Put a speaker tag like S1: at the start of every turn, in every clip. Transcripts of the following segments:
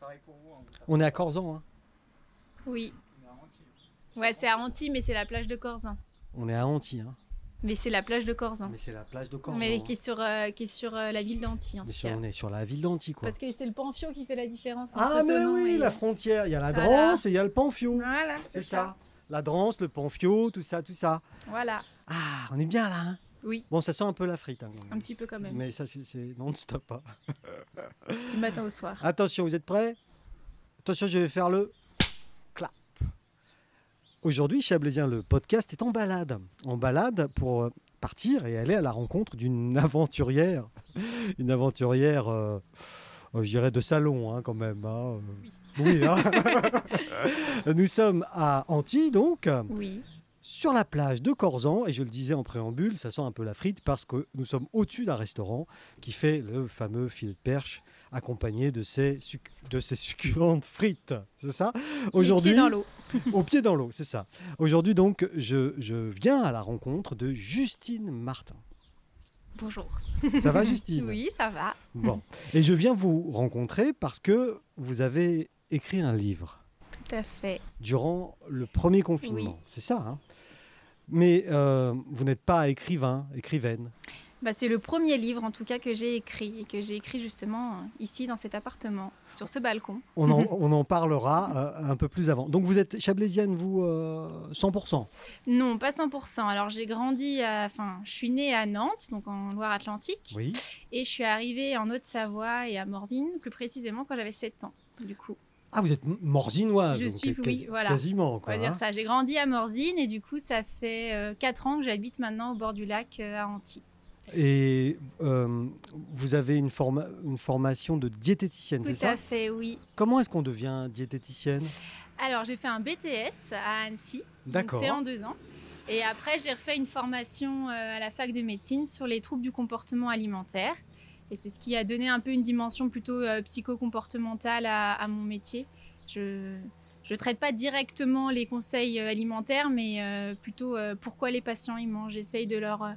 S1: Pareil pour vous. hein, vous tapez
S2: On est à Corzan, hein.
S3: Oui.
S1: dans Antilles.
S3: Ouais, c'est à Antibes, mais c'est la plage de Corzan.
S2: On est à Antilles, hein.
S3: Mais c'est la plage de Corzan.
S2: Mais c'est la plage de Corzan.
S3: Mais
S2: hein.
S3: qui est sur, euh, qui est sur euh, la ville d'Antilles, en
S2: Mais
S3: tout
S2: sur-
S3: cas.
S2: on est sur la ville d'Antilles, quoi.
S3: Parce que c'est le Panfio qui fait la différence entre
S2: Ah, mais
S3: Thonon
S2: oui,
S3: et-
S2: la frontière. Il y a la
S3: euh, Voilà.
S2: Drance et il y a le Panfio.
S3: Voilà,
S2: C'est ça. La Drance, le Panfio, tout ça, tout ça.
S3: Voilà.
S2: Ah, on est bien là. hein.
S3: Oui,
S2: bon, ça sent un peu la frite. hein, quand même.
S3: un petit peu quand même.
S2: Mais ça, c'est- c'est non-stop. hein.
S3: Du matin au soir.
S2: Attention, vous êtes prêts Attention, je vais faire le clap. Aujourd'hui, Chablaisien, le podcast est en balade. En balade pour euh, partir et aller à la rencontre d'une aventurière. Une aventurière, euh, euh, je dirais, de salon hein, quand même. hein, euh. Oui. hein. Nous sommes à Antilles, donc
S3: Oui.
S2: sur la plage de Corzan, et je le disais en préambule, ça sent un peu la frite parce que nous sommes au-dessus d'un restaurant qui fait le fameux filet de perche accompagné de ses, suc- de ses succulentes frites. C'est ça Aujourd'hui,
S3: Aujourd'hui. dans l'eau.
S2: au pied dans l'eau, c'est ça. Aujourd'hui, donc, je, je viens à la rencontre de Justine Martin.
S3: Bonjour.
S2: Ça va, Justine
S3: Oui, ça va.
S2: Bon. Et je viens vous rencontrer parce que vous avez écrit un livre.
S3: Tout à fait.
S2: durant le premier confinement.
S3: Oui.
S2: C'est ça. hein Mais euh, vous n'êtes pas écrivain, écrivaine.
S3: Bah, c'est le premier livre, en tout cas, que j'ai écrit. Et que j'ai écrit justement euh, ici, dans cet appartement, sur ce balcon.
S2: On en, on en parlera euh, un peu plus avant. Donc vous êtes chablaisienne, vous, euh, 100%.
S3: Non, pas 100%. Alors, j'ai grandi, à- enfin, je suis née à Nantes, donc en Loire-Atlantique.
S2: Oui.
S3: Et je suis arrivée en Haute-Savoie et à Morzine, plus précisément quand j'avais 7 ans, du coup.
S2: Ah, vous êtes m- morzinoise.
S3: Je
S2: donc
S3: suis,
S2: quasi-
S3: oui, voilà.
S2: Quasiment,
S3: On
S2: quoi.
S3: va dire
S2: hein.
S3: ça. J'ai grandi à Morzine et du coup, ça fait 4 ans que j'habite maintenant au bord du lac euh, à Antilles.
S2: Et euh, vous avez une, forma- une formation de diététicienne,
S3: Tout
S2: c'est
S3: à
S2: ça
S3: fait, oui.
S2: Comment est-ce qu'on devient diététicienne
S3: Alors, j'ai fait un BTS à Annecy. donc
S2: D'accord.
S3: C'est en deux ans. Et après, j'ai refait une formation euh, à la fac de médecine sur les troubles du comportement alimentaire. Et c'est ce qui a donné un peu une dimension plutôt euh, psychocomportementale à, à mon métier. Je ne traite pas directement les conseils euh, alimentaires, mais euh, plutôt euh, pourquoi les patients ils mangent. J'essaye de leur euh,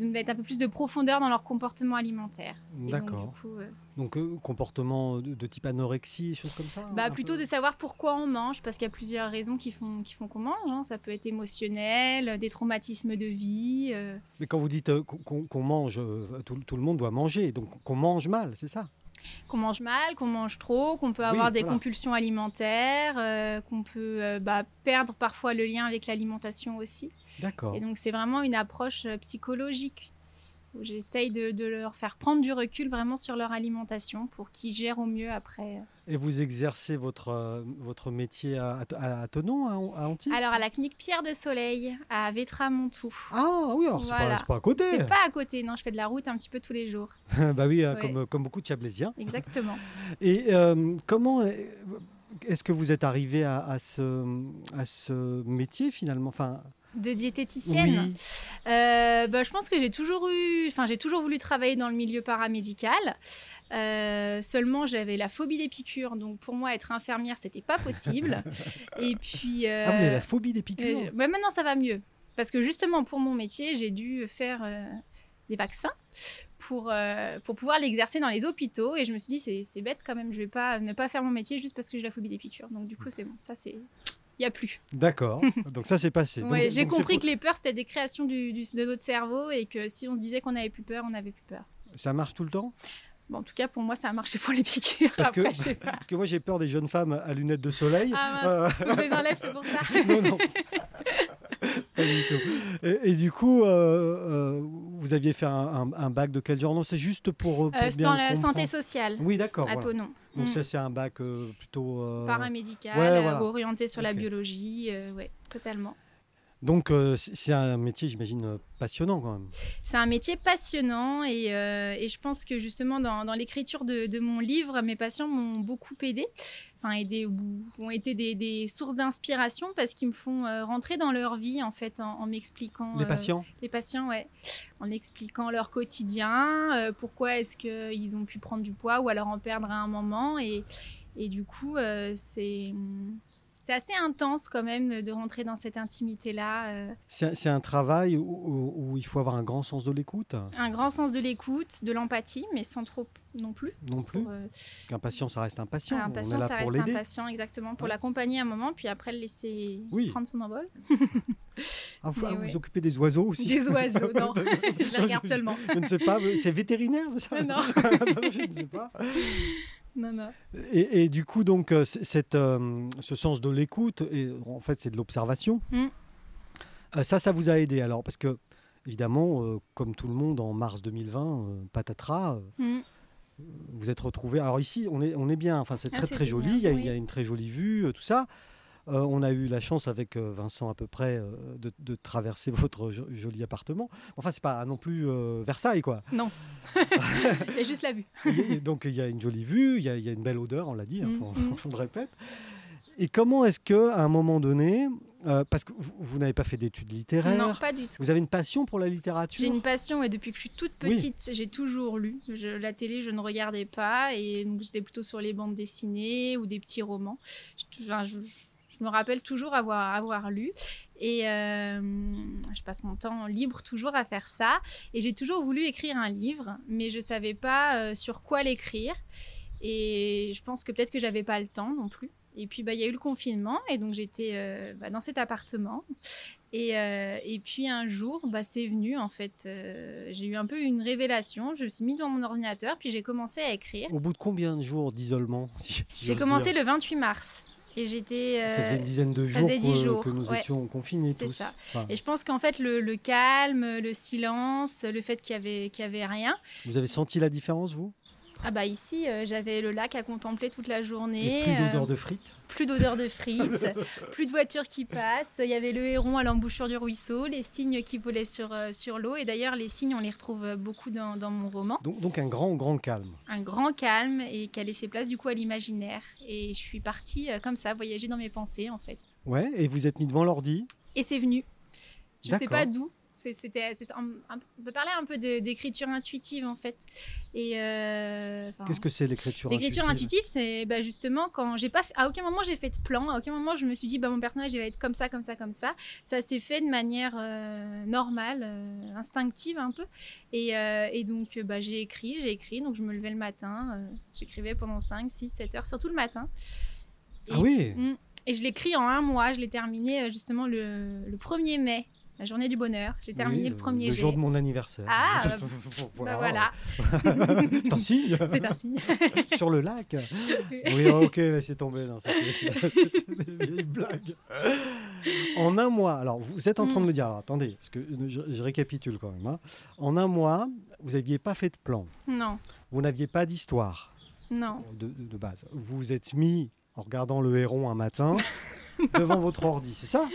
S3: de mettre un peu plus de profondeur dans leur comportement alimentaire. Et donc,
S2: D'accord.
S3: du coup, euh,
S2: Donc, euh, comportement de, de type anorexie, choses comme ça Oh, un
S3: Bah,
S2: peu
S3: plutôt de savoir pourquoi on mange, parce qu'il y a plusieurs raisons qui font qui font qu'on mange. hein. Ça peut être émotionnel, euh, des traumatismes de vie. euh.
S2: Mais quand vous dites euh, qu'on- qu'on qu'on mange, euh, tout, tout le monde doit manger, donc qu'on mange mal, c'est ça
S3: qu'on mange mal, qu'on mange trop, qu'on peut
S2: Oui,
S3: avoir des
S2: voilà.
S3: compulsions alimentaires, euh, qu'on peut euh, bah, perdre parfois le lien avec l'alimentation aussi.
S2: D'accord.
S3: Et donc c'est vraiment une approche euh, psychologique. où J'essaye de, de leur faire prendre du recul vraiment sur leur alimentation pour qu'ils gèrent au mieux après.
S2: Et vous exercez votre, euh, votre métier à, à, à Thonon, à, à Antibes
S3: Alors à la clinique Pierre de Soleil à Vétra-Montou.
S2: Ah oui, alors c'est pas-
S3: Voilà.
S2: c'est pas, à côté
S3: C'est pas à côté, non, je fais de la route un petit peu tous les jours.
S2: Bah oui, euh,
S3: Ouais.
S2: comme, comme beaucoup de Chablaisiens.
S3: Exactement.
S2: Et euh, comment est- est-ce que vous êtes arrivé à, à ce, à ce métier finalement enfin,
S3: De diététicienne
S2: Oui,
S3: Euh, bah, Je pense que j'ai toujours eu, enfin j'ai toujours voulu travailler dans le milieu paramédical. Euh, seulement j'avais la phobie des piqûres, donc pour moi être infirmière c'était pas possible. Et puis. euh,
S2: Ah, vous avez la phobie des
S3: euh,
S2: piqûres
S3: je- ouais, maintenant ça va mieux, parce que justement pour mon métier j'ai dû faire euh, des vaccins pour euh, pour pouvoir l'exercer dans les hôpitaux et je me suis dit c'est c'est bête quand même, je vais pas ne pas faire mon métier juste parce que j'ai la phobie des piqûres. Donc du coup c'est bon, ça c'est il y a plus.
S2: D'accord, donc ça c'est passé. Donc-
S3: Ouais, j'ai
S2: donc c'est
S3: compris
S2: pour-
S3: que les peurs, c'était des créations du, du- de notre cerveau et que si on se disait qu'on avait plus peur, on avait plus peur.
S2: Ça marche tout le temps
S3: Bon, en tout cas, pour moi, ça a marché pour les piqûres.
S2: Parce que-
S3: Après, je sais pas.
S2: Parce que moi j'ai peur des jeunes femmes à lunettes de soleil.
S3: Ah, mince.
S2: Euh,
S3: Faut que je les enlève, c'est pour ça.
S2: non, non. Pas du tout. Et, et du coup, euh, euh, vous aviez fait un, un- un bac de quel genre Non, c'est juste pour, euh, pour
S3: Euh, c'est
S2: bien
S3: dans la
S2: comprendre.
S3: santé sociale,
S2: Oui, d'accord.
S3: à
S2: voilà.
S3: ton nom.
S2: Donc
S3: Mm.
S2: ça, c'est un bac euh, plutôt... euh,
S3: Paramédical,
S2: ouais,
S3: euh,
S2: voilà.
S3: orienté sur la
S2: Ok.
S3: biologie, euh, ouais, totalement.
S2: Donc euh, c'est c'est un métier, j'imagine, euh, passionnant quand même.
S3: C'est un métier passionnant et, euh, et je pense que justement dans, dans l'écriture de, de mon livre, mes patients m'ont beaucoup aidé, enfin aidé ou ont été des, des sources d'inspiration parce qu'ils me font euh, rentrer dans leur vie en fait en, en m'expliquant
S2: Les
S3: euh,
S2: patients
S3: les patients, ouais, en expliquant leur quotidien, euh, pourquoi est-ce qu'ils ont pu prendre du poids ou alors en perdre à un moment et, et du coup euh, c'est c'est assez intense quand même de rentrer dans cette intimité-là. euh,
S2: C'est c'est un travail où, où- où il faut avoir un grand sens de l'écoute,
S3: un grand sens de l'écoute, de l'empathie, mais sans trop non plus.
S2: non plus.
S3: Pour, euh,
S2: Parce qu'impatient, ça reste impatient.
S3: un
S2: Mmh. On
S3: patient,
S2: est là
S3: ça
S2: pour
S3: reste un
S2: l'aider.
S3: patient, exactement, pour
S2: Ouais.
S3: l'accompagner un moment, puis après le laisser
S2: Oui.
S3: prendre son envol.
S2: Ah, vous,
S3: Mais
S2: ah, vous
S3: ouais.
S2: vous occupez des oiseaux aussi
S3: Des oiseaux, non, je les regarde seulement.
S2: Je ne sais pas, c'est vétérinaire, c'est ça
S3: Non.
S2: Je ne sais pas.
S3: Non, non.
S2: Et, et du coup, donc, euh, c- cette, euh, ce sens de l'écoute, et en fait, c'est de l'observation.
S3: Mm.
S2: Euh, ça, ça vous a aidé alors Parce que, évidemment, euh, comme tout le monde, en mars 2020, euh, patatras, euh,
S3: Mm.
S2: vous êtes retrouvés. Alors ici, on est, on est bien, enfin, c'est
S3: Ah,
S2: très,
S3: c'est
S2: très
S3: bien,
S2: joli, il y, a- il y a
S3: oui.
S2: une très jolie vue, euh, tout ça. Euh, on a eu la chance avec euh, Vincent à peu près euh, de, de traverser votre jo- joli appartement. Enfin, c'est pas non plus euh, Versailles, quoi.
S3: Il y a juste la vue.
S2: Il y a- donc il y a une jolie vue, il y a, il y a une belle odeur, on l'a dit, hein,
S3: Mm,
S2: faut-
S3: mm.
S2: on le répète. Et comment est-ce que, à un moment donné, euh, parce que vous, vous n'avez pas fait d'études littéraires,
S3: Non, pas du tout.
S2: vous avez une passion pour la littérature
S3: J'ai une passion et depuis que je suis toute
S2: Oui.
S3: petite, j'ai toujours lu. Je- la télé, je ne regardais pas et donc j'étais plutôt sur les bandes dessinées ou des petits romans. Je, je- je- je me rappelle toujours avoir, avoir lu et euh, je passe mon temps libre toujours à faire ça. Et j'ai toujours voulu écrire un livre, mais je savais pas euh, sur quoi l'écrire et je pense que peut-être que j'avais pas le temps non plus. Et puis bah, il y a eu le confinement et donc j'étais euh, bah, dans cet appartement et, euh, et puis un jour, bah, c'est venu en fait. euh, j'ai eu un peu une révélation. Je me suis mis devant mon ordinateur, puis j'ai commencé à écrire.
S2: Au bout de combien de jours d'isolement si- si
S3: J'ai
S2: j'ose
S3: commencé
S2: dire
S3: le 28 mars. Et j'étais.
S2: Ça faisait
S3: euh,
S2: une dizaine de
S3: ça
S2: jours,
S3: faisait dix
S2: que,
S3: jours,
S2: que nous
S3: ouais.
S2: étions confinés
S3: C'est
S2: tous.
S3: ça.
S2: Enfin,
S3: et je pense qu'en fait, le, le calme, le silence, le fait qu'il y avait, qu'il y avait rien.
S2: Vous avez senti la différence, vous
S3: Ah bah ici, euh, j'avais le lac à contempler toute la
S2: Et
S3: journée.
S2: plus
S3: euh,
S2: d'odeur de frites
S3: plus d'odeur de frites, plus de voitures qui passent. Il y avait le héron à l'embouchure du ruisseau, les cygnes qui volaient sur, euh, sur l'eau. Et d'ailleurs, les cygnes, on les retrouve euh, beaucoup dans, dans mon roman.
S2: donc, donc un grand, grand calme.
S3: Un grand calme et qui a laissé place du coup à l'imaginaire. Et je suis partie euh, comme ça, voyager dans mes pensées en fait.
S2: Ouais, et vous êtes mis devant l'ordi.
S3: Et c'est venu. Je ne sais
S2: D'accord.
S3: pas d'où. C'est- C'était, c'est- on, on peut parler un peu de- d'écriture intuitive en fait. Et euh, enfin,
S2: Qu'est-ce que c'est l'écriture
S3: L'écriture
S2: intuitive
S3: intuitive, c'est bah, justement quand j'ai pas, fait- à aucun moment j'ai fait de plan, à aucun moment je me suis dit bah mon personnage il va être comme ça, comme ça, comme ça. Ça s'est fait de manière euh, normale, euh, instinctive un peu. Et, euh, et donc euh, bah, j'ai écrit, j'ai écrit. Donc je me levais le matin, euh, j'écrivais pendant 5, 6, 7 heures, surtout le matin. Et,
S2: Ah oui
S3: Mm. Et je l'écris en un mois. Je l'ai terminé euh, justement le, le 1er mai, la journée du bonheur. J'ai terminé
S2: Oui,
S3: le premier
S2: Le
S3: jet.
S2: jour de mon anniversaire.
S3: Ah, bah, Bah, voilà,
S2: C'est un signe
S3: c'est un signe.
S2: sur le lac. Oui, oh, ok, laissez tomber. Non, ça, c'est- c'est- c'était des vieilles blagues. En un mois, alors vous êtes en
S3: Mm.
S2: train de me dire, alors, attendez, parce que je, je récapitule quand même. hein. En un mois, vous n'aviez pas fait de plan,
S3: non,
S2: vous n'aviez pas d'histoire
S3: non.
S2: de, de- de base. Vous vous êtes mis en regardant le héron un matin devant votre ordi, c'est ça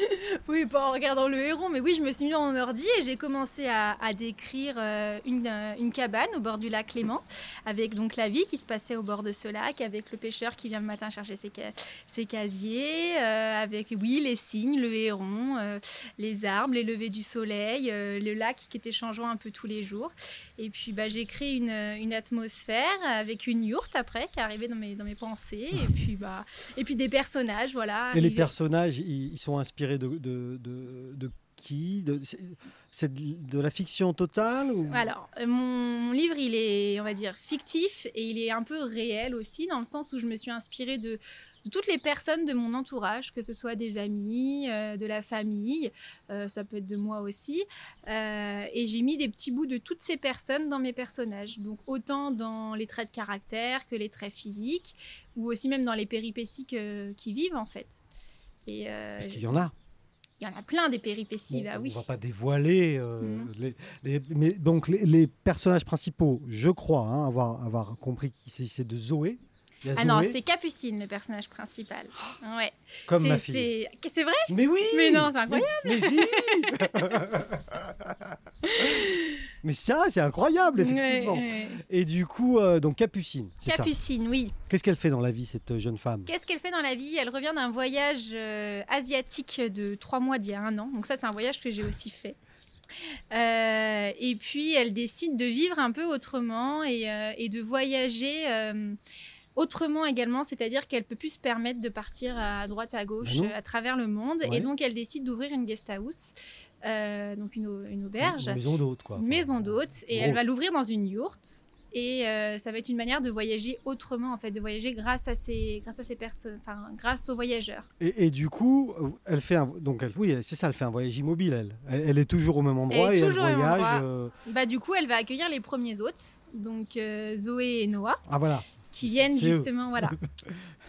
S3: Oui, pas en regardant le héron, mais oui, je me suis mis dans mon ordi et j'ai commencé à, à décrire euh, une, euh, une cabane au bord du lac Clément, avec donc la vie qui se passait au bord de ce lac, avec le pêcheur qui vient le matin chercher ses, ca- ses casiers, euh, avec, oui, les cygnes, le héron, euh, les arbres, les levées du soleil, euh, le lac qui était changeant un peu tous les jours. Et puis, bah, j'ai créé une, une atmosphère avec une yourte après qui arrivait dans mes, dans mes pensées, et puis, bah, et puis des personnages, voilà.
S2: Et les
S3: arrivés.
S2: personnages, ils, ils sont inspirés de, de, de- de qui De- c'est- C'est de, de la fiction totale ou...
S3: Alors, euh, mon livre, il est, on va dire, fictif et il est un peu réel aussi, dans le sens où je me suis inspirée de, de toutes les personnes de mon entourage, que ce soit des amis, euh, de la famille, euh, ça peut être de moi aussi. Euh, et j'ai mis des petits bouts de toutes ces personnes dans mes personnages. Donc, autant dans les traits de caractère que les traits physiques, ou aussi même dans les péripéties que- qu'ils vivent, en fait. Et euh,
S2: Parce qu'il
S3: il
S2: y en a.
S3: y en a plein des
S2: Bon,
S3: péripéties, bah
S2: on
S3: oui. Mhm.
S2: va pas dévoiler. euh,
S3: Non.
S2: les, les- mais donc, les, les personnages principaux, je crois hein, avoir, avoir compris qu'il s'agissait de Zoé. Il y a
S3: Ah non,
S2: Zoé,
S3: c'est Capucine, le personnage principal. Ouais.
S2: comme
S3: C'est-
S2: ma fille.
S3: c'est- que- C'est vrai
S2: Mais oui
S3: Mais non, c'est incroyable.
S2: Mais, mais si Mais ça, c'est incroyable, effectivement.
S3: Ouais, ouais.
S2: Et du coup, euh, donc Capucine, c'est ça.
S3: Capucine, oui.
S2: Qu'est-ce qu'elle fait dans la vie, cette euh, jeune femme
S3: Qu'est-ce qu'elle fait dans la vie Elle revient d'un voyage euh, asiatique de trois mois d'il y a un an. Donc ça, c'est un voyage que j'ai aussi fait. Euh, et puis, elle décide de vivre un peu autrement et, euh, et de voyager. euh, autrement également, c'est-à-dire qu'elle peut plus se permettre de partir à droite, à gauche,
S2: Ah non.
S3: à travers le monde.
S2: Ouais.
S3: Et donc, elle décide d'ouvrir une guest house, euh, donc une, au- une auberge,
S2: Une Maison d'hôte, quoi.
S3: une maison d'hôtes, et elle
S2: Gros.
S3: va l'ouvrir dans une yourte. Et euh, ça va être une manière de voyager autrement, en fait, de voyager grâce à ces, grâce à ces personnes, enfin, grâce aux voyageurs.
S2: Et, et du coup, euh, elle fait un, donc elle, oui, c'est ça, elle fait un voyage immobile. Elle, elle, elle est toujours au même endroit
S3: est
S2: et elle
S3: toujours au même
S2: voyage.
S3: endroit.
S2: euh,
S3: Bah, du coup, elle va accueillir les premiers hôtes, donc euh, Zoé et Noah.
S2: Ah voilà.
S3: qui viennent
S2: C'est eux.
S3: justement, voilà,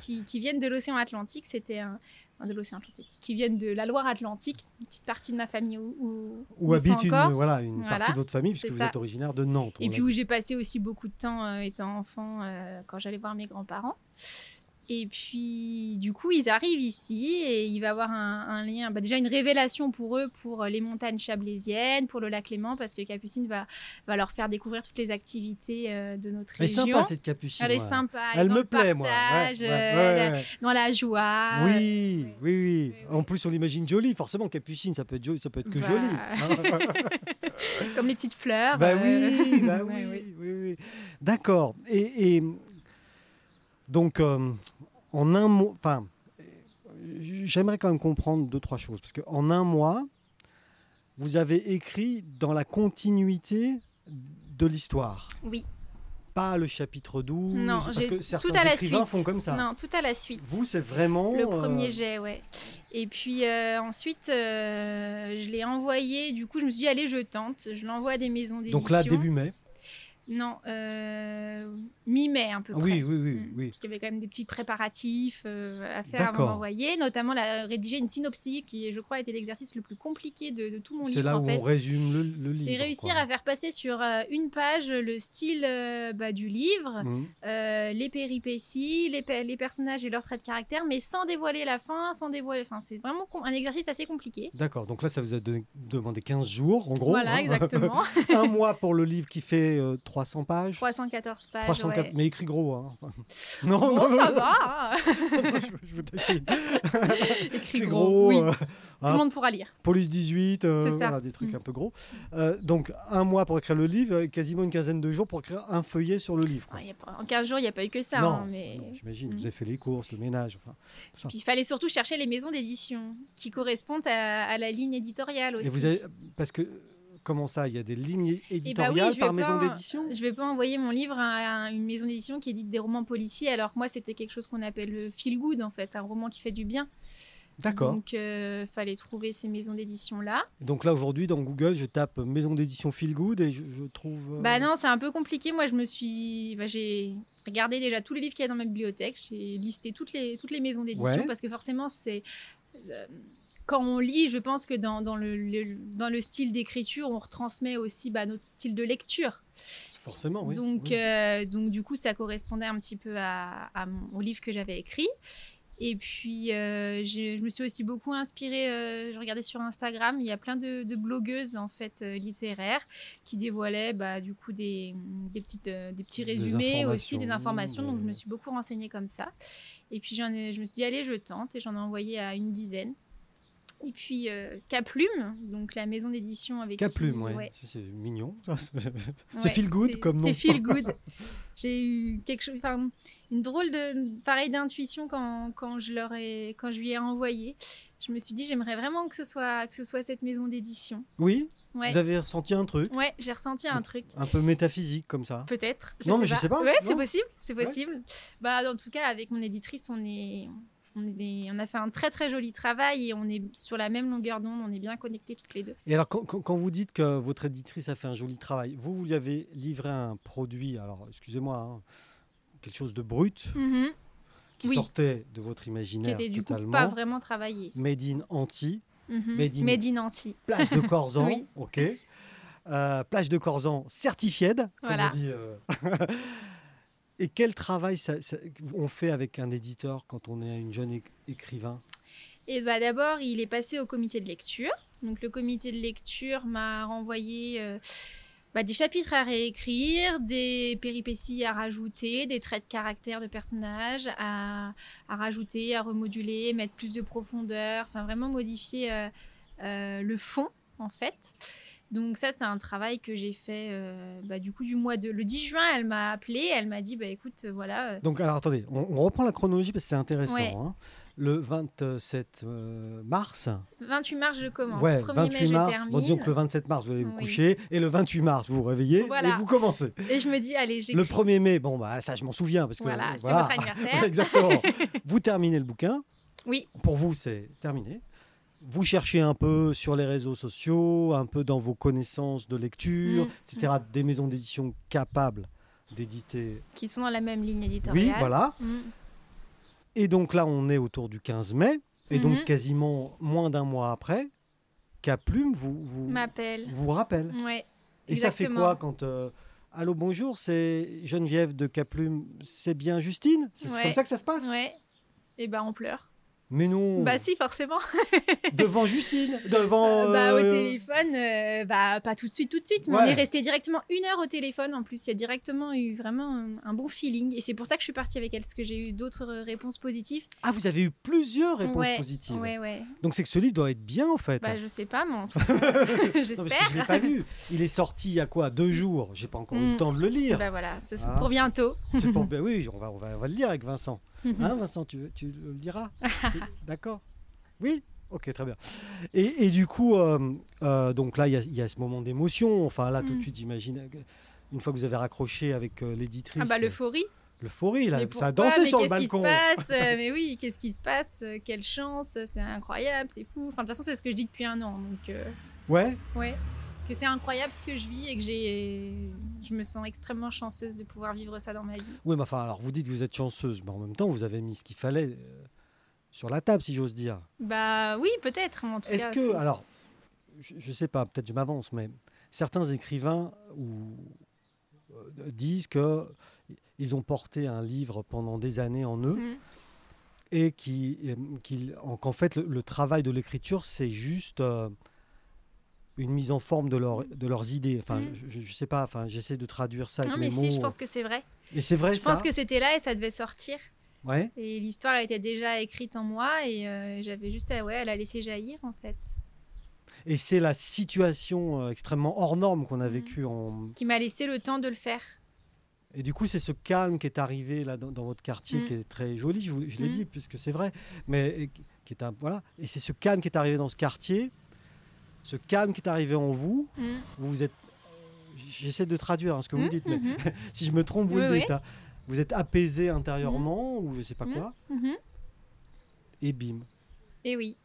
S3: qui, qui viennent de l'océan Atlantique. C'était un, enfin, de l'océan Atlantique, qui viennent de la Loire Atlantique, une petite partie de ma famille où, où,
S2: Où
S3: où ils sont
S2: habite une,
S3: encore.
S2: voilà, une
S3: Voilà,
S2: partie de votre famille, puisque
S3: c'est
S2: vous
S3: ça.
S2: êtes originaire de Nantes. on
S3: Et
S2: l'a
S3: puis où
S2: dit.
S3: j'ai passé aussi beaucoup de temps euh, étant enfant euh, quand j'allais voir mes grands-parents. Et puis, du coup, ils arrivent ici et il va y avoir un, un lien, bah, déjà une révélation pour eux, pour euh, les montagnes chablaisiennes, pour le lac Léman, parce que Capucine va, va leur faire découvrir toutes les activités euh, de notre
S2: Elle est
S3: région.
S2: sympa cette capucine.
S3: Elle est
S2: ouais.
S3: sympa.
S2: Elle
S3: dans
S2: me
S3: le
S2: plaît, moi.
S3: partage,
S2: Ouais, ouais,
S3: euh,
S2: ouais, ouais.
S3: dans la joie.
S2: Oui, oui, oui,
S3: Oui,
S2: En
S3: oui.
S2: plus, on l'imagine jolie. Forcément, capucine, ça peut être, jo- ça peut être que
S3: Bah.
S2: joli. hein.
S3: Comme les petites fleurs.
S2: bah
S3: euh,
S2: oui, bah oui,
S3: ouais,
S2: oui, oui. D'accord. Et, et donc, euh, en un mois, enfin, euh, j'aimerais quand même comprendre deux, trois choses. Parce qu'en un mois, vous avez écrit dans la continuité de l'histoire.
S3: Oui.
S2: Pas le chapitre 12.
S3: Non,
S2: parce
S3: j'ai-
S2: que certains
S3: tout à la
S2: écrivains
S3: suite.
S2: font comme ça.
S3: Non, tout à la suite.
S2: Vous, c'est vraiment.
S3: le premier
S2: euh,
S3: jet, ouais. Et puis euh, ensuite, euh, je l'ai envoyé. Du coup, je me suis dit, allez, je tente. Je l'envoie à des maisons d'édition.
S2: donc là, début mai.
S3: Non, euh, mi-mai, un peu près.
S2: Oui, oui, oui,
S3: Mm.
S2: oui.
S3: Parce qu'il y avait quand même des petits préparatifs euh, à faire avant
S2: D'accord.
S3: d'envoyer, notamment la, rédiger une synopsie qui, je crois, a été l'exercice le plus compliqué de, de tout mon livre.
S2: C'est là
S3: en
S2: où
S3: fait.
S2: on résume le, le livre.
S3: C'est réussir à faire passer sur euh, une page le style euh, bah, du livre,
S2: Mhm.
S3: euh, les péripéties, les, pe- les personnages et leurs traits de caractère, mais sans dévoiler la fin, sans dévoiler. Enfin, c'est vraiment com- un exercice assez compliqué.
S2: D'accord, donc là, ça vous a donné- demandé 15 jours, en gros.
S3: voilà,
S2: hein.
S3: exactement.
S2: un mois pour le livre qui fait euh, 300 pages.
S3: 314 pages.
S2: 304,
S3: ouais.
S2: mais écrit gros. hein. Enfin, Non,
S3: Bon,
S2: non,
S3: ça va. hein.
S2: non, je, je vous taquine.
S3: Écrit
S2: Écrit
S3: gros.
S2: gros,
S3: oui.
S2: euh,
S3: Tout le monde pourra lire.
S2: police 18, euh,
S3: C'est ça.
S2: voilà, des trucs
S3: Mm.
S2: un peu gros. Euh, donc, un mois pour écrire le livre, et quasiment une quinzaine de jours pour écrire un feuillet sur le livre. quoi.
S3: Ouais, y a pas- En 15 jours, il n'y a pas eu que ça.
S2: non,
S3: hein, mais...
S2: non, j'imagine,
S3: Mm.
S2: vous avez fait les courses, le ménage. Enfin, ça.
S3: Puis il fallait surtout chercher les maisons d'édition qui correspondent à, à la ligne éditoriale aussi. Eh ben
S2: Et vous avez, parce que, comment ça, il y a des lignes éditoriales
S3: je
S2: par
S3: vais
S2: maison
S3: pas-
S2: d'édition
S3: Je vais pas envoyer mon livre à à une maison d'édition qui édite des romans policiers, alors que moi, c'était quelque chose qu'on appelle le feel good, en fait, un roman qui fait du bien.
S2: D'accord.
S3: Donc, euh, fallait trouver ces maisons d'édition-là.
S2: Donc là, aujourd'hui, dans Google, je tape maison d'édition Feel Good et je, je trouve. euh,
S3: Bah non, c'est un peu compliqué. Moi, je me suis... bah, j'ai regardé déjà tous les livres qu'il y a dans ma bibliothèque. J'ai listé toutes les, toutes les maisons d'édition,
S2: Ouais.
S3: parce que forcément, c'est... euh, Quand on lit, je pense que dans, dans, le, le- dans le style d'écriture, on retransmet aussi bah, notre style de lecture.
S2: Forcément, oui.
S3: Donc,
S2: oui.
S3: euh, donc du coup, ça correspondait un petit peu à, à mon, au livre que j'avais écrit. Et puis, euh, j'ai- je me suis aussi beaucoup inspirée. euh, je regardais sur Instagram, il y a plein de, de blogueuses en fait euh, littéraires qui dévoilaient bah, du coup des, des petites, euh, des petits
S2: Des
S3: résumés aussi, des
S2: informations,
S3: informations. Donc, je
S2: ouais.
S3: me suis beaucoup renseignée comme ça. Et puis, j'en ai, je me suis dit, allez, je tente. Et j'en ai envoyé à une dizaine. Et puis, euh, Caplume, donc la maison d'édition avec qui-
S2: Caplume, ouais.
S3: ouais,
S2: Ça, C'est mignon. ça, c'est-
S3: Ouais,
S2: feel good comme nom.
S3: C'est feel good. J'ai eu quelque chose, enfin, une drôle de, pareil d'intuition quand, quand je leur ai, quand je lui ai envoyé. Je me suis dit, j'aimerais vraiment que ce soit, que ce soit cette maison d'édition.
S2: Oui,
S3: Ouais,
S2: vous avez ressenti un truc,
S3: ouais, j'ai ressenti un truc.
S2: un peu métaphysique comme ça.
S3: Peut-être.
S2: Non, mais je sais pas,
S3: Ouais, c'est
S2: non.
S3: possible, c'est
S2: Ouais.
S3: possible. Bah, en tout cas, avec mon éditrice, on est. On, est des- on a fait un très très joli travail et on est sur la même longueur d'onde, on est bien connectés toutes les deux.
S2: Et alors, quand, quand- quand vous dites que votre éditrice a fait un joli travail, vous, vous lui avez livré un produit, alors excusez-moi, hein, quelque chose de brut,
S3: Mhm.
S2: qui
S3: Oui.
S2: sortait de votre
S3: Qui
S2: imaginaire
S3: était du coup
S2: Mmh. totalement.
S3: pas vraiment travaillé.
S2: Made in Antilles,
S3: Mhm.
S2: Made in-
S3: Made in Antilles.
S2: plage de Corzan,
S3: Oui.
S2: ok. Euh, plage de Corzan certifiée, comme
S3: Voilà.
S2: on dit. euh. Et quel travail ça- ça- on fait avec un éditeur quand on est une jeune é- écrivain
S3: Et bah d'abord, il est passé au comité de lecture. Donc le comité de lecture m'a renvoyé euh, bah, des chapitres à réécrire, des péripéties à rajouter, des traits de caractère de personnages à, à rajouter, à remoduler, mettre plus de profondeur, enfin vraiment modifier euh, euh, le fond en fait. Donc ça, c'est un travail que j'ai fait euh, bah, du coup du mois de... Le 10 juin, elle m'a appelé, elle m'a dit, bah écoute, voilà, euh,
S2: Donc, alors attendez, on, on reprend la chronologie parce que c'est intéressant.
S3: Ouais.
S2: hein. Le 27 euh, mars,
S3: 28 mars, je commence.
S2: ouais,
S3: 1er
S2: 28
S3: mai,
S2: mars,
S3: je termine.
S2: bon, disons que le 27 mars, vous allez vous
S3: Oui.
S2: coucher, et le 28 mars, vous vous réveillez et
S3: Voilà.
S2: vous commencez.
S3: Et je me dis, allez, j'ai...
S2: Le 1er mai, bon, bah, ça, je m'en souviens parce que.
S3: Voilà, c'est
S2: voilà.
S3: votre anniversaire.
S2: Exactement. vous terminez le bouquin.
S3: Oui,
S2: Pour vous, c'est terminé. Vous cherchez un peu sur les réseaux sociaux, un peu dans vos connaissances de lecture,
S3: Mm,
S2: etc. Des maisons d'édition capables d'éditer.
S3: qui sont dans la même ligne éditoriale.
S2: Oui, voilà.
S3: Mm.
S2: Et donc là, on est autour du 15 mai, et donc
S3: Mhm.
S2: quasiment moins d'un mois après, Caplume vous, vous,
S3: M'appelle.
S2: vous rappelle.
S3: Ouais.
S2: Et ça fait
S3: exactement.
S2: quoi quand... euh, Allô, bonjour, c'est Geneviève de Caplume, c'est bien Justine C'est
S3: Ouais.
S2: comme ça que ça se passe
S3: Ouais. Et bah on pleure.
S2: Mais non
S3: Bah si, forcément.
S2: Devant Justine Devant...
S3: Bah au
S2: euh,
S3: téléphone, euh, bah pas tout de suite, tout de suite, mais on
S2: Ouais.
S3: est resté directement une heure au téléphone. En plus, il y a directement eu vraiment un, un bon feeling. Et c'est pour ça que je suis partie avec elle, parce que j'ai eu d'autres euh, réponses positives.
S2: Ah, vous avez eu plusieurs réponses
S3: Ouais,
S2: positives.
S3: Ouais, ouais.
S2: Donc c'est que ce livre doit être bien en fait.
S3: Bah je sais pas, mais en tout cas,
S2: Non, parce que je
S3: j'espère.
S2: l'ai pas lu. Il est sorti il y a quoi Deux jours. J'ai pas encore eu le
S3: Mm.
S2: temps de le lire.
S3: Bah voilà, ça, c'est
S2: Ah.
S3: pour bientôt.
S2: C'est pour. ben oui, on va, on va, on va le lire avec Vincent.
S3: Mm-hmm.
S2: Hein, Vincent, tu, tu le liras Oui, D'accord Oui Ok, très bien. Et, et du coup, euh, euh, donc là, il y a- il y, a ce moment d'émotion. Enfin, là, tout de
S3: Mm.
S2: suite, j'imagine. euh, Une fois que vous avez raccroché avec euh, l'éditrice,
S3: Ah bah
S2: euh,
S3: l'euphorie.
S2: l'euphorie, là,
S3: Mais
S2: ça a
S3: pourquoi
S2: dansé
S3: Mais
S2: sur le
S3: qu'est-ce qui se
S2: balcon.
S3: passe Euh, Mais oui, qu'est-ce qui se passe Euh, Quelle chance C'est incroyable, c'est fou. Enfin, de toute façon, c'est ce que je dis depuis un an. Donc, euh,
S2: Ouais,
S3: ouais. Que c'est incroyable ce que je vis et que j'ai. Je me sens extrêmement chanceuse de pouvoir vivre ça dans ma vie.
S2: Oui, mais enfin, alors vous dites que vous êtes chanceuse, mais en même temps, vous avez mis ce qu'il fallait euh, sur la table, si j'ose dire.
S3: Bah oui, peut-être, mais en tout
S2: Est-ce
S3: cas,
S2: que,
S3: c'est-
S2: alors, je ne sais pas, peut-être je m'avance, mais certains écrivains ou, euh, disent que ils ont porté un livre pendant des années en eux
S3: Mm.
S2: et qui, euh, qu'ils- en- qu'en fait, le, le travail de l'écriture, c'est juste euh, une mise en forme de, leur, de leurs idées. Enfin,
S3: Mm.
S2: je ne sais pas, enfin, j'essaie de traduire ça ah, avec
S3: Non,
S2: mes
S3: mais
S2: mots.
S3: si, je pense que c'est vrai.
S2: Et c'est vrai,
S3: Je
S2: ça
S3: pense que c'était là et ça devait sortir.
S2: Ouais.
S3: Et l'histoire était déjà écrite en moi et euh, j'avais juste à, ouais, à la laisser jaillir en fait.
S2: Et c'est la situation euh, extrêmement hors norme qu'on a
S3: Mhm.
S2: vécue. En...
S3: Qui m'a laissé le temps de le faire.
S2: Et du coup, c'est ce calme qui est arrivé là dans, dans votre quartier,
S3: Mhm.
S2: qui est très joli, je, vous- je l'ai
S3: Mhm.
S2: dit, puisque c'est vrai. Mais et qui- qui est un, voilà. Et c'est ce calme qui est arrivé dans ce quartier, ce calme qui est arrivé en vous.
S3: Mm.
S2: Vous vous êtes. J'essaie de traduire hein, ce que vous
S3: Mm,
S2: dites,
S3: mhm,
S2: mais si je me trompe, vous
S3: Oui,
S2: le
S3: oui.
S2: dites. hein. Vous êtes apaisé intérieurement, ou je sais pas
S3: Mhm.
S2: quoi,
S3: mhm.
S2: et bim.
S3: Et Eh oui.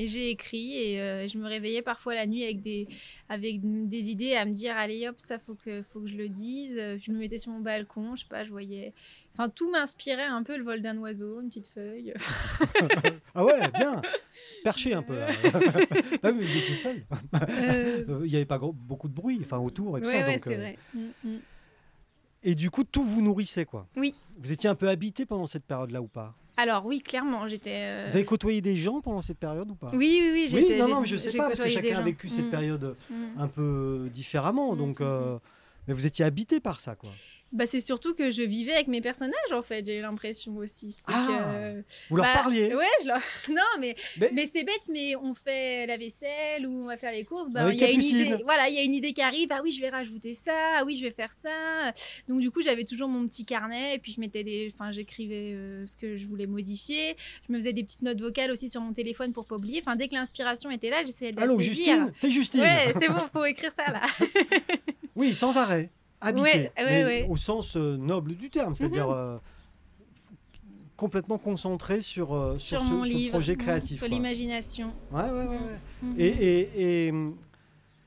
S3: Et j'ai écrit et euh, je me réveillais parfois la nuit avec des, avec des idées à me dire allez hop ça faut que, faut que je le dise. Euh, Je me mettais sur mon balcon, je sais pas, je voyais. Enfin tout m'inspirait un peu le vol d'un oiseau, une petite feuille.
S2: Ah ouais, bien Perché un peu là. ah, mais vous étiez seul.
S3: Euh,
S2: Euh, Il n'y avait pas gros- beaucoup de bruit enfin, autour et
S3: ouais
S2: tout
S3: ouais
S2: ça. donc,
S3: c'est
S2: euh,
S3: vrai. Mm, mm.
S2: Et du coup, tout vous nourrissait, quoi.
S3: Oui.
S2: Vous étiez un peu habité pendant cette période-là ou pas
S3: Alors oui clairement j'étais. euh,
S2: Vous avez côtoyé des gens pendant cette période ou pas
S3: Oui oui oui
S2: Oui,
S3: j'étais.
S2: non,
S3: j'ai-
S2: non, mais je sais
S3: j'ai
S2: pas, parce que
S3: côtoyé des
S2: chacun a
S3: gens.
S2: vécu cette
S3: Mm,
S2: période
S3: mm.
S2: un peu euh, différemment,
S3: Mm,
S2: donc...
S3: mm,
S2: euh, Mais vous étiez habité par ça, quoi.
S3: Bah c'est surtout que je vivais avec mes personnages en fait j'ai l'impression aussi. C'est
S2: Ah,
S3: que-
S2: Vous leur
S3: Bah,
S2: parliez
S3: Ouais je leur- non mais
S2: mais,
S3: Mais c'est bête, mais on fait la vaisselle ou on va faire les courses, bah,
S2: Avec
S3: il y a une
S2: Capucine.
S3: idée, voilà, il y a une idée qui arrive, ah oui, je vais rajouter ça, ah oui, je vais faire ça. Donc du coup, j'avais toujours mon petit carnet et puis je mettais des enfin j'écrivais euh, ce que je voulais modifier, je me faisais des petites notes vocales aussi sur mon téléphone pour pas oublier. Enfin, dès que l'inspiration était là, j'essayais de la
S2: Allô,
S3: saisir.
S2: Justine C'est Justine
S3: Ouais, c'est bon, faut écrire ça là.
S2: Oui, sans arrêt. Habité.
S3: Ouais, ouais,
S2: mais
S3: ouais. Mm-hmm.
S2: Au sens euh, noble du terme, c'est-à-dire... euh, complètement concentré sur, euh,
S3: sur,
S2: sur, ce,
S3: mon
S2: ce
S3: livre,
S2: projet
S3: mm,
S2: créatif.
S3: sur
S2: quoi.
S3: l'imagination.
S2: Ouais, ouais, ouais, ouais.
S3: Mhm.
S2: Et, et- et, hum,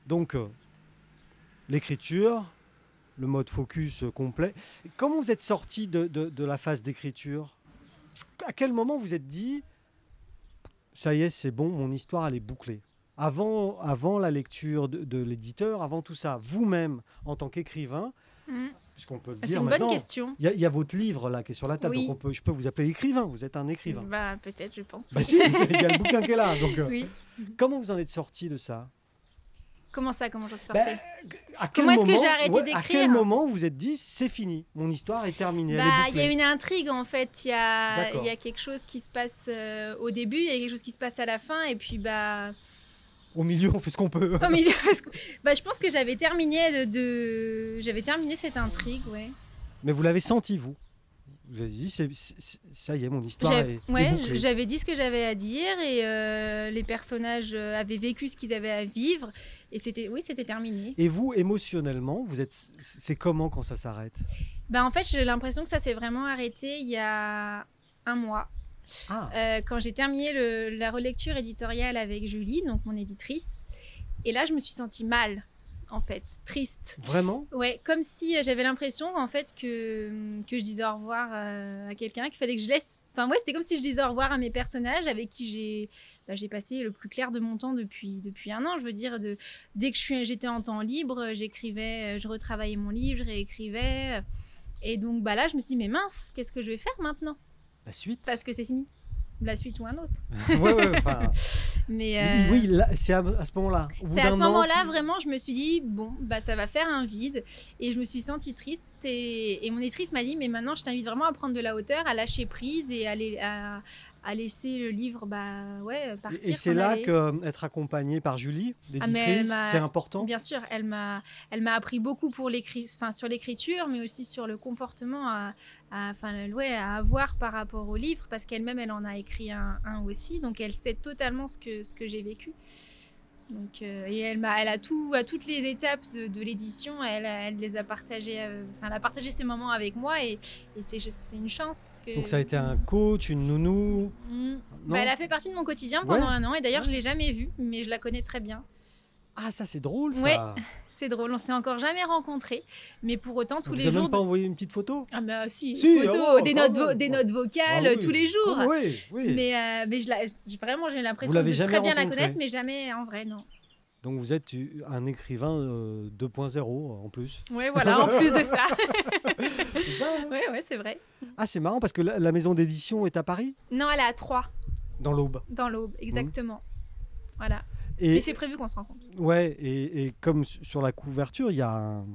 S2: donc, euh, l'écriture, le mode focus euh, complet. Comment vous êtes sorti de, de- de la phase d'écriture À quel moment vous êtes dit, ça y est, c'est bon, mon histoire, elle est bouclée avant, avant la lecture de, de l'éditeur, avant tout ça, vous-même, en tant qu'écrivain,
S3: Mm.
S2: puisqu'on peut le
S3: C'est
S2: dire
S3: une bonne
S2: maintenant,
S3: question.
S2: il y, a- il y a votre livre là qui est sur la table,
S3: Oui.
S2: donc on peut, je peux vous appeler écrivain, vous êtes un écrivain.
S3: Bah peut-être, je pense.
S2: Bah
S3: oui.
S2: si, il y a le bouquin qui est là. Donc, euh,
S3: Oui.
S2: Comment vous en êtes sorti de ça
S3: Comment ça, comment je suis
S2: Bah,
S3: sortie
S2: à quel
S3: Comment est-ce que
S2: moment-
S3: j'ai arrêté
S2: À
S3: d'écrire
S2: quel moment vous êtes dit c'est fini, mon histoire est terminée, elle est
S3: Bah, il y a
S2: bouclée.
S3: une intrigue en fait. Il y a,
S2: D'accord.
S3: il y a quelque chose qui se passe euh, au début, il y a quelque chose qui se passe à la fin, et puis bah,
S2: Au milieu, on fait ce qu'on peut.
S3: Au milieu, parce que- bah, je pense que j'avais terminé de, de- j'avais terminé cette intrigue, ouais.
S2: Mais vous l'avez senti, vous. Vous avez dit, c'est- c'est- ça y est, mon histoire
S3: J'avais-
S2: est, est
S3: ouais,
S2: bouclée.
S3: j'avais dit ce que j'avais à dire et euh, les personnages euh, avaient vécu ce qu'ils avaient à vivre et c'était, oui, c'était terminé.
S2: Et vous, émotionnellement, vous êtes, c'est comment quand ça s'arrête
S3: Bah en fait, j'ai l'impression que ça s'est vraiment arrêté il y a un mois.
S2: Ah,
S3: Euh, quand j'ai terminé le- la relecture éditoriale avec Julie, donc mon éditrice, et là je me suis sentie mal, en fait, triste.
S2: vraiment
S3: Ouais, comme si euh, j'avais l'impression en fait que, hum, que je disais au revoir euh, à quelqu'un, qu'il fallait que je laisse. Enfin ouais, c'est comme si je disais au revoir à mes personnages avec qui j'ai bah, j'ai passé le plus clair de mon temps depuis depuis un an. Je veux dire, de, dès que je suis- j'étais en temps libre, euh, j'écrivais, euh, je retravaillais mon livre, je réécrivais. euh, Et donc bah là, je me suis dit mais mince, qu'est-ce que je vais faire maintenant
S2: La suite
S3: Parce que c'est fini, la suite ou un autre.
S2: Ouais, ouais, enfin,
S3: Mais
S2: Oui,
S3: euh,
S2: oui, là, c'est à, à ce moment-là. Au bout
S3: C'est à
S2: d'un
S3: ce
S2: an,
S3: moment-là,
S2: tu-
S3: vraiment, je me suis dit, bon, bah, ça va faire un vide. Et je me suis sentie triste. Et, et mon éditrice m'a dit, mais maintenant, je t'invite vraiment à prendre de la hauteur, à lâcher prise et à, la- à, à laisser le livre bah, ouais, partir.
S2: Et c'est
S3: s'en
S2: là
S3: aller.
S2: que euh, être accompagné par Julie,
S3: mais elle
S2: l'éditrice,
S3: m'a-
S2: c'est important.
S3: Bien sûr, elle m'a, elle m'a appris beaucoup pour l'écrit, enfin sur l'écriture, mais aussi sur le comportement à, à- enfin ouais, à avoir par rapport au livre, parce qu'elle-même elle en a écrit un, un aussi, donc elle sait totalement ce que ce que j'ai vécu. Donc euh, et elle m'a, elle a tout, à toutes les étapes de, de l'édition, elle, elle les a partagées, euh, enfin elle a partagé ces moments avec moi et, et c'est, c'est une chance. Que...
S2: Donc ça a été un coach, une nounou.
S3: Mm.
S2: Non
S3: Bah, elle a fait partie de mon quotidien pendant
S2: Ouais.
S3: un an et d'ailleurs
S2: Ouais.
S3: je l'ai jamais vue, mais je la connais très bien.
S2: Ah, ça c'est drôle ça.
S3: Ouais, C'est drôle, on s'est encore jamais rencontrés, mais pour autant tous
S2: Vous
S3: les
S2: avez même
S3: jours.
S2: pas
S3: de-
S2: envoyé une petite photo
S3: Ah bah si,
S2: Si,
S3: photos,
S2: ah ouais,
S3: des,
S2: quand
S3: notes vo-
S2: même.
S3: des notes vocales
S2: Ah
S3: euh,
S2: oui.
S3: tous les jours.
S2: Ah Oui, oui.
S3: Mais, euh, mais je la- je- vraiment, j'ai l'impression
S2: l'avez
S3: de
S2: jamais
S3: très bien la
S2: rencontrée.
S3: connaître, mais jamais en vrai, non.
S2: Donc vous êtes euh, un écrivain euh, 2.0 euh, en plus.
S3: Ouais, voilà, en plus de ça.
S2: C'est ça, hein
S3: Ouais, ouais, c'est vrai.
S2: ah, c'est marrant parce que la, la maison d'édition est à Paris,
S3: Non, elle est à 3
S2: dans l'Aube.
S3: dans l'aube, exactement. Voilà.
S2: Mmh. Et,
S3: Mais c'est prévu qu'on se rencontre.
S2: ouais, et, et comme su- sur la couverture, il y a un,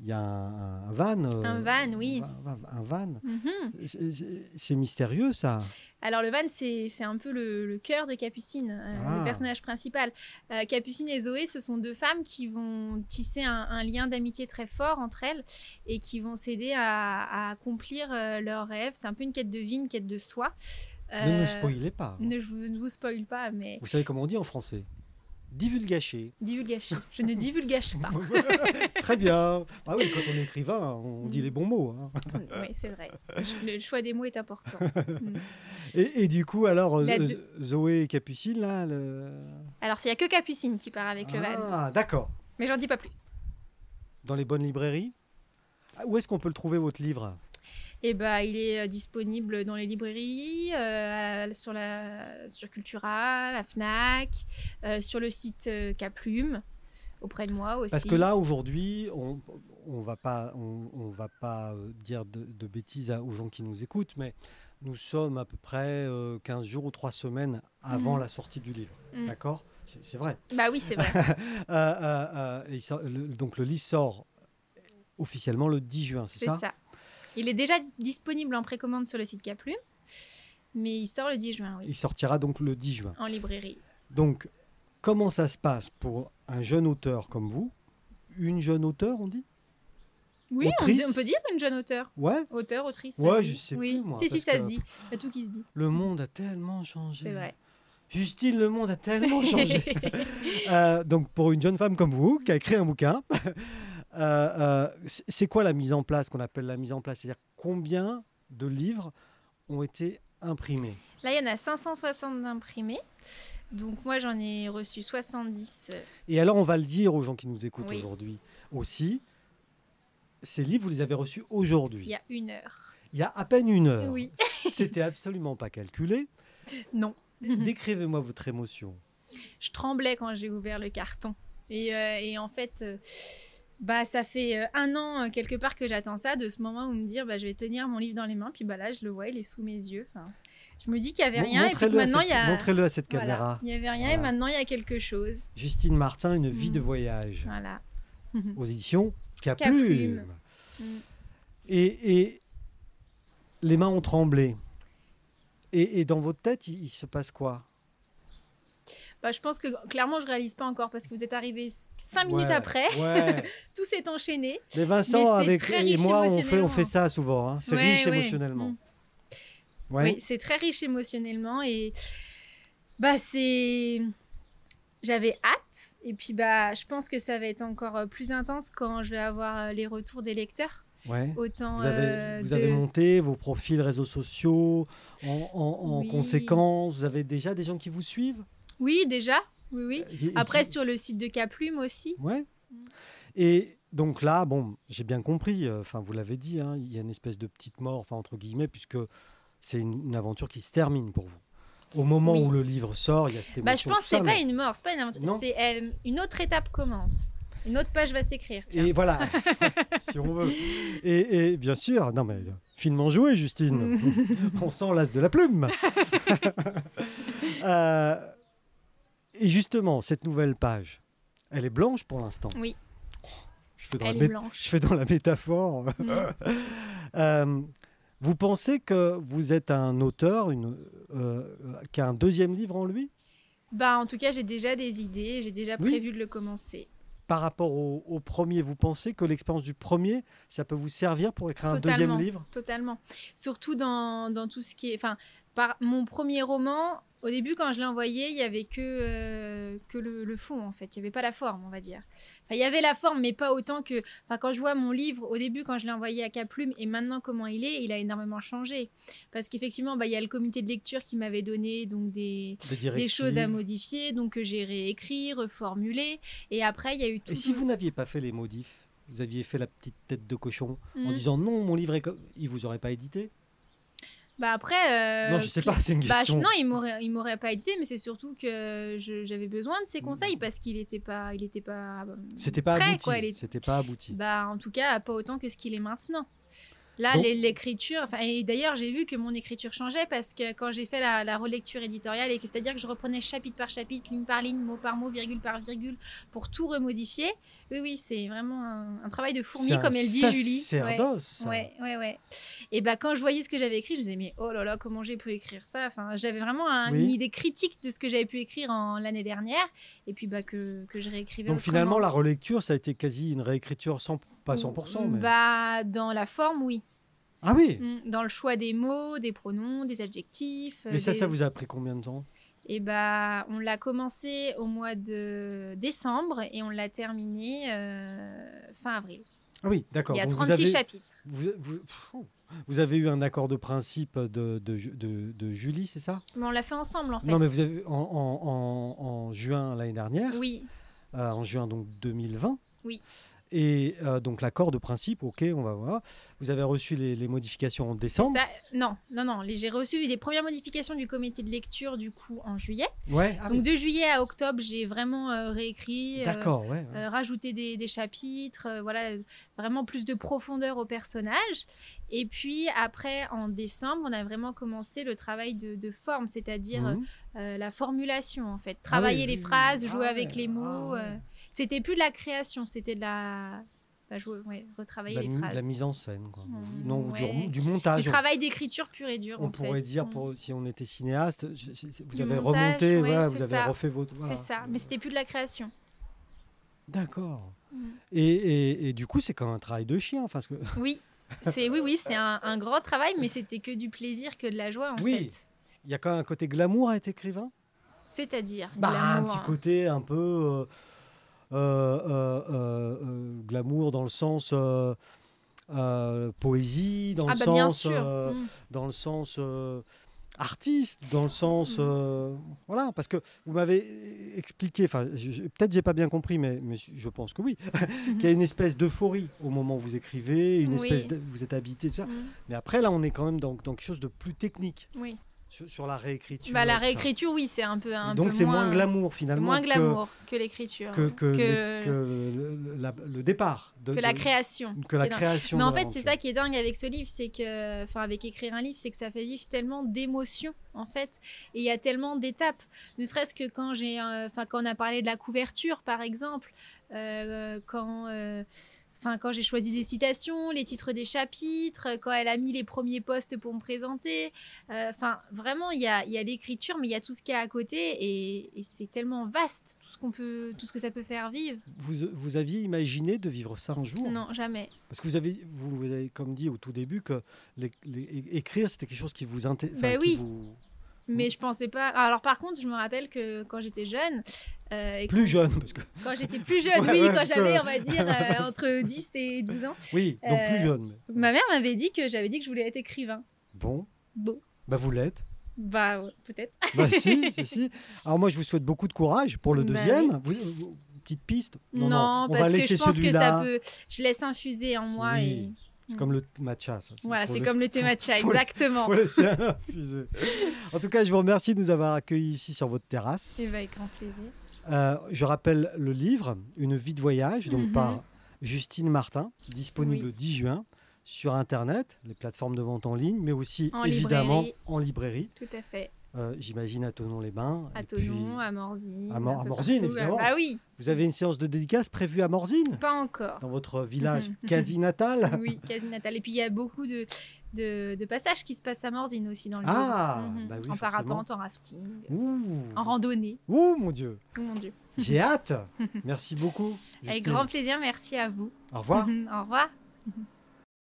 S2: il y a un, un van. euh,
S3: Un van, oui.
S2: Un, va- un van.
S3: Mhm.
S2: C'est- c'est- C'est mystérieux ça.
S3: Alors le van, c'est c'est un peu le, le cœur de Capucine, euh,
S2: Ah.
S3: le personnage principal. Euh, Capucine et Zoé, ce sont deux femmes qui vont tisser un, un lien d'amitié très fort entre elles et qui vont s'aider à, à accomplir euh, leurs rêves. C'est un peu une quête de vie, une quête de soi.
S2: Ne
S3: Euh,
S2: nous spoilez pas.
S3: Ne, je vous, ne vous spoil pas, mais
S2: Vous savez comment on dit en français Divulgacher.
S3: divulgâche. Je ne divulgâche pas.
S2: Très bien. Ah oui, quand on est écrivain, on dit
S3: Mm.
S2: les bons mots. hein.
S3: oui, c'est vrai. Le choix des mots est important.
S2: Et, et du coup, alors, euh,
S3: La
S2: euh,
S3: deux-
S2: Zoé et Capucine, là. Le...
S3: Alors, s'il n'y a que Capucine qui part avec le van,
S2: ah, d'accord.
S3: mais j'en dis pas plus.
S2: Dans les bonnes librairies. Ah, Où est-ce qu'on peut le trouver, votre livre
S3: Et bah, il est euh, disponible dans les librairies, euh, à la- sur, la, sur Cultura, la Fnac, euh, sur le site euh, Caplume, auprès de moi aussi.
S2: Parce que là, aujourd'hui, on on va pas, on, on va pas euh, dire de, de bêtises à- aux gens qui nous écoutent, mais nous sommes à peu près euh, 15 jours ou 3 semaines avant
S3: Mhm.
S2: la sortie du livre.
S3: Mhm.
S2: D'accord C'est c'est vrai.
S3: Bah oui, c'est vrai.
S2: Euh, euh, euh, il sort- le- donc le livre sort officiellement le 10 juin, c'est
S3: c'est
S2: ça,
S3: ça. Il est déjà dis- disponible en précommande sur le site Caplume, mais il sort le 10 juin, oui,
S2: Il sortira donc le 10 juin.
S3: en librairie.
S2: Donc, comment ça se passe pour un jeune auteur comme vous Une jeune auteure, on dit
S3: Oui, on,
S2: Autrice.
S3: on peut dire une jeune auteure.
S2: Ouais,
S3: Auteur, autrice. ça
S2: Ouais,
S3: se
S2: je
S3: dit.
S2: sais
S3: oui.
S2: plus, moi,
S3: Si, si,
S2: parce
S3: ça
S2: que-
S3: se dit. Il y a tout qui se dit.
S2: le monde a tellement changé.
S3: Mm. C'est vrai.
S2: Justine, le monde a tellement changé. Euh, donc, pour une jeune femme comme vous, qui a écrit un bouquin, euh, euh, c'est c'est quoi la mise en place, qu'on appelle la mise en place C'est-à-dire combien de livres ont été imprimés
S3: Là, il y en a 560 d'imprimés. Donc, moi, j'en ai reçu 70. euh,
S2: Et alors, on va le dire aux gens qui nous écoutent
S3: Oui.
S2: aujourd'hui aussi. Ces livres, vous les avez reçus aujourd'hui.
S3: Il y a une heure.
S2: Il y a à peine une heure.
S3: Oui.
S2: C'était absolument pas calculé.
S3: Non.
S2: Décrivez-moi votre émotion.
S3: Je tremblais quand j'ai ouvert le carton. Et, euh, et en fait, euh, bah, ça fait euh, un an, euh, quelque part, que j'attends ça, de ce moment où me dire, bah, je vais tenir mon livre dans les mains. Puis bah, là, je le vois, il est sous mes yeux. Enfin, je me dis qu'il n'y avait
S2: Mon-
S3: rien. Et puis que
S2: Montrez-le à,
S3: maintenant, il y
S2: cette-
S3: a...
S2: montrez-le à cette
S3: Voilà.
S2: caméra.
S3: Il n'y avait rien et
S2: Voilà.
S3: maintenant, il y a quelque chose.
S2: Justine Martin, Une vie
S3: Mm.
S2: de voyage,
S3: Voilà.
S2: aux éditions Caplume.
S3: Caplume. Mm.
S2: Et, et les mains ont tremblé. Et, et dans votre tête, il, il se passe quoi
S3: Bah, je pense que clairement, je réalise pas encore parce que vous êtes arrivé cinq minutes après.
S2: Ouais.
S3: Tout s'est enchaîné.
S2: Mais Vincent
S3: Mais c'est
S2: avec
S3: très
S2: et
S3: riche
S2: moi, on fait, on
S3: émotionnellement.
S2: fait ça souvent. hein. C'est
S3: Ouais,
S2: riche
S3: ouais.
S2: émotionnellement.
S3: Mm.
S2: Ouais.
S3: Oui, c'est très riche émotionnellement et bah c'est j'avais hâte et puis bah je pense que ça va être encore euh, plus intense quand je vais avoir euh, les retours des lecteurs
S2: ouais.
S3: autant
S2: Vous avez,
S3: euh,
S2: vous
S3: de-
S2: avez monté vos profils réseaux sociaux en, en- en
S3: Oui.
S2: conséquence. Vous avez déjà des gens qui vous suivent.
S3: Oui, déjà. Oui oui.
S2: Euh, Et- et
S3: Après
S2: qui-
S3: sur le site de Caplume aussi.
S2: Ouais.
S3: Mm.
S2: Et donc là, bon, j'ai bien compris. euh, Enfin, vous l'avez dit, hein, il y a une espèce de petite mort, enfin entre guillemets, puisque c'est une, une aventure qui se termine pour vous. Au moment
S3: Oui.
S2: où le livre sort, il y a cette émotion.
S3: Bah je pense
S2: tout
S3: que
S2: ça,
S3: c'est
S2: mais-
S3: pas une mort, c'est pas une
S2: Non.
S3: aventure, c'est euh, une autre étape commence. Une autre page va s'écrire. tiens.
S2: Et voilà, si on veut. Et, et bien sûr, non mais euh, finement joué, Justine. on s'en lasse de la plume. Euh, et justement, cette nouvelle page, elle est blanche pour l'instant.
S3: Oui.
S2: Oh, je, fais dans la
S3: Elle est
S2: mét-
S3: blanche.
S2: je fais dans la métaphore. Euh, vous pensez que vous êtes un auteur une, euh, euh, qui a un deuxième livre en lui
S3: Bah en tout cas, j'ai déjà des idées, j'ai déjà
S2: Oui.
S3: prévu de le commencer.
S2: par rapport au, au premier Vous pensez que l'expérience du premier, ça peut vous servir pour écrire un
S3: Totalement.
S2: deuxième livre
S3: Totalement. Surtout dans, dans tout ce qui est. Enfin, par mon premier roman, au début, quand je l'ai envoyé, il n'y avait que, euh, que le, le fond, en fait. Il n'y avait pas la forme, on va dire. Enfin, il y avait la forme, mais pas autant que. Enfin, quand je vois mon livre, au début, quand je l'ai envoyé à Caplume, et maintenant comment il est, il a énormément changé. Parce qu'effectivement, bah, il y a le comité de lecture qui m'avait donné donc des.
S2: Des,
S3: Des choses à
S2: directives.
S3: modifier, donc que j'ai réécrit, reformulé, et après il y a eu tout.
S2: Et si vous n'aviez pas fait les modifs, vous aviez fait la petite tête de cochon en
S3: Mm.
S2: disant non, mon livre est comme. Il vous aurait pas édité
S3: Bah après. euh,
S2: Non, je sais
S3: cla-
S2: pas, c'est une
S3: Bah, je-
S2: question.
S3: non, il m'aurait, il m'aurait pas aidé, mais c'est surtout que je- j'avais besoin de
S2: Mm.
S3: ses conseils parce qu'il était pas, il était pas. euh,
S2: C'était pas,
S3: prêt,
S2: abouti.
S3: quoi, elle est-
S2: C'était pas abouti.
S3: Bah, en tout cas, pas autant que ce qu'il est maintenant. Là,
S2: Donc-
S3: les- l'écriture. enfin, Et d'ailleurs, j'ai vu que mon écriture changeait parce que quand j'ai fait la, la relecture éditoriale, et que c'est-à-dire que je reprenais chapitre par chapitre, ligne par ligne, mot par mot, virgule par virgule, pour tout remodifier. Oui, oui, c'est vraiment un, un travail de fourmi,
S2: C'est un
S3: comme elle dit Julie. Ouais.
S2: sacerdoce, ça.
S3: Ouais, ouais, ouais. Et bah quand je voyais ce que j'avais écrit, je me disais mais oh là là, comment j'ai pu écrire ça Enfin, j'avais vraiment un-
S2: Oui.
S3: une idée critique de ce que j'avais pu écrire en l'année dernière, et puis bah que, que je réécrivais.
S2: Donc
S3: autrement.
S2: finalement, la relecture, ça a été quasi une réécriture, sans, pas 100%. Mais...
S3: Bah dans la forme, oui.
S2: ah oui
S3: Mm, Dans le choix des mots, des pronoms, des adjectifs.
S2: Mais ça, ça vous a pris combien de temps
S3: Et bah on l'a commencé au mois de décembre et on l'a terminé euh, fin avril.
S2: Ah oui, d'accord.
S3: Il y a
S2: Donc,
S3: 36
S2: vous avez...
S3: chapitres.
S2: Vous, vous- pff, vous avez eu un accord de principe de, de, Ju- de- de Julie, c'est ça
S3: Mais on l'a fait ensemble en fait.
S2: Non, mais vous avez en, en- en- en juin l'année dernière,
S3: Oui.
S2: euh, en juin donc 2020.
S3: Oui.
S2: Et euh, donc l'accord de principe, ok, on va voir. Vous avez reçu les, les modifications en décembre.
S3: Ça, non, non, non. les- J'ai reçu les premières modifications du comité de lecture du coup en juillet.
S2: Ouais. ah
S3: Donc
S2: oui.
S3: de juillet à octobre, j'ai vraiment euh, réécrit, euh,
S2: D'accord, ouais. ouais.
S3: euh, rajouté des, des chapitres, euh, voilà, euh, vraiment plus de profondeur au personnage. Et puis après, en décembre, on a vraiment commencé le travail de, de forme, c'est-à-dire
S2: Mhm.
S3: euh, la formulation en fait, travailler les
S2: Ah oui,
S3: phrases,
S2: oui.
S3: jouer
S2: Ah
S3: avec
S2: ouais,
S3: les mots.
S2: ah ouais.
S3: euh, C'était plus de la création, c'était de la, bah, jouer, ouais, retravailler
S2: la,
S3: les
S2: mi- de la
S3: phrases.
S2: mise en scène, quoi.
S3: Mm,
S2: non, ou du,
S3: ouais.
S2: rem- du
S3: du
S2: montage.
S3: travail d'écriture pure et dure.
S2: on
S3: en fait.
S2: pourrait dire,
S3: Mm.
S2: pour, si on était cinéaste, je- je- vous
S3: Du
S2: avez
S3: montage,
S2: remonté,
S3: ouais,
S2: voilà,
S3: c'est
S2: vous avez
S3: ça.
S2: refait votre. voilà.
S3: C'est ça, mais c'était plus de la création.
S2: D'accord.
S3: Mm.
S2: Et, et- et du coup, c'est comme un travail de chien, parce que
S3: Oui, c'est oui, oui, c'est un, un grand travail, mais c'était que du plaisir, que de la joie en
S2: Oui.
S3: fait.
S2: il y a quand même un côté glamour à être écrivain.
S3: C'est-à-dire
S2: Bah, un
S3: glamour,
S2: petit
S3: hein.
S2: côté un peu euh, euh, euh, euh, euh, glamour dans le sens euh, euh, poésie, dans
S3: Ah
S2: le
S3: bah bien
S2: sens,
S3: sûr.
S2: euh,
S3: Mm.
S2: dans le sens euh, artiste, dans le sens
S3: Mm.
S2: euh, voilà, parce que vous m'avez expliqué, enfin je- je- peut-être j'ai pas bien compris, mais, mais je je pense que oui, qu'il y a une espèce d'euphorie au moment où vous écrivez, une
S3: Oui.
S2: espèce, de- vous êtes habité, tout ça.
S3: Mm.
S2: Mais après là, on est quand même dans, dans quelque chose de plus technique
S3: Oui.
S2: sur, sur la réécriture.
S3: Bah, la
S2: tout ça.
S3: réécriture, oui, c'est un peu
S2: Et
S3: un
S2: Donc
S3: peu
S2: c'est moins, glamour
S3: c'est
S2: finalement.
S3: moins
S2: que-
S3: glamour que, l'écriture,
S2: que,
S3: hein,
S2: que,
S3: que-
S2: les- que le, la- le départ de,
S3: que la
S2: de-
S3: création.
S2: que la
S3: Et non.
S2: création.
S3: Mais en
S2: de
S3: fait, c'est
S2: l'aventure.
S3: ça qui est dingue avec ce livre, c'est que, enfin, avec écrire un livre, c'est que ça fait vivre tellement d'émotions, en fait. Et il y a tellement d'étapes. Ne serait-ce que quand j'ai, euh, enfin, quand on a parlé de la couverture, par exemple, euh, quand. euh, Enfin, quand j'ai choisi les citations, les titres des chapitres, euh, quand elle a mis les premiers postes pour me présenter. Euh, Enfin, vraiment, il y a, il y a l'écriture, mais il y a tout ce qu'il y a à côté. Et, et c'est tellement vaste, tout ce, qu'on peut, tout ce que ça peut faire vivre.
S2: Vous, vous aviez imaginé de vivre ça un jour
S3: Non, jamais.
S2: Parce que vous avez, vous, vous avez comme dit au tout début que les- les- é- écrire, c'était quelque chose qui vous intéresse.
S3: Ben oui. Mais je pensais pas. Alors, par contre, je me rappelle que quand j'étais jeune, euh, et
S2: Plus jeune, parce que
S3: quand j'étais plus jeune,
S2: Ouais,
S3: oui,
S2: ouais,
S3: quand
S2: parce que-
S3: j'avais, on va dire, euh, entre 10 et 12 ans,
S2: oui, donc plus
S3: Euh,
S2: jeune. mais-
S3: ma mère m'avait dit que j'avais dit que je voulais être écrivain.
S2: Bon,
S3: Bon,
S2: bah vous l'êtes.
S3: bah, ouais, peut-être.
S2: Bah si, si, si. Alors moi, je vous souhaite beaucoup de courage pour le
S3: Bah oui.
S2: deuxième. Vous- vous- petite piste.
S3: Non,
S2: on va
S3: parce que
S2: laisser
S3: je pense que
S2: celui-là.
S3: ça peut. Je laisse infuser en moi.
S2: Oui.
S3: et...
S2: C'est comme le hein, matcha, ça.
S3: Voilà,
S2: faut
S3: c'est
S2: laisser-
S3: comme le thématia,
S2: faut-
S3: exactement.
S2: faut laisser infuser. En tout cas, je vous remercie de nous avoir accueillis ici sur votre terrasse.
S3: Et bah, avec grand plaisir.
S2: Euh, je rappelle le livre Une vie de voyage, donc
S3: Mhm.
S2: par Justine Martin, disponible
S3: Oui.
S2: le 10 juin sur Internet, les plateformes de vente en ligne, mais aussi
S3: En
S2: évidemment
S3: librairie.
S2: en librairie.
S3: Tout à fait.
S2: Euh, J'imagine à Tonon-les-Bains.
S3: À
S2: Et
S3: Tonon,
S2: puis,
S3: à Morzine.
S2: à Mor-
S3: un
S2: à
S3: peu
S2: Morzine,
S3: partout.
S2: évidemment.
S3: Ah oui,
S2: Vous avez une séance de dédicace prévue à Morzine,
S3: pas encore.
S2: dans votre village
S3: Mhm, mhm.
S2: quasi natal.
S3: Oui, quasi natal. Et puis il y a beaucoup de, de, de passages qui se passent à Morzine aussi dans le
S2: Ah,
S3: livre. Mhm.
S2: bah oui,
S3: En
S2: forcément. Mhm.
S3: parapente, en rafting,
S2: Ouh.
S3: en randonnée.
S2: Ouh, mon Dieu.
S3: Oh mon Dieu.
S2: J'ai hâte. Merci beaucoup.
S3: Avec
S2: Justine.
S3: grand plaisir, merci à vous.
S2: Au revoir.
S3: Au revoir.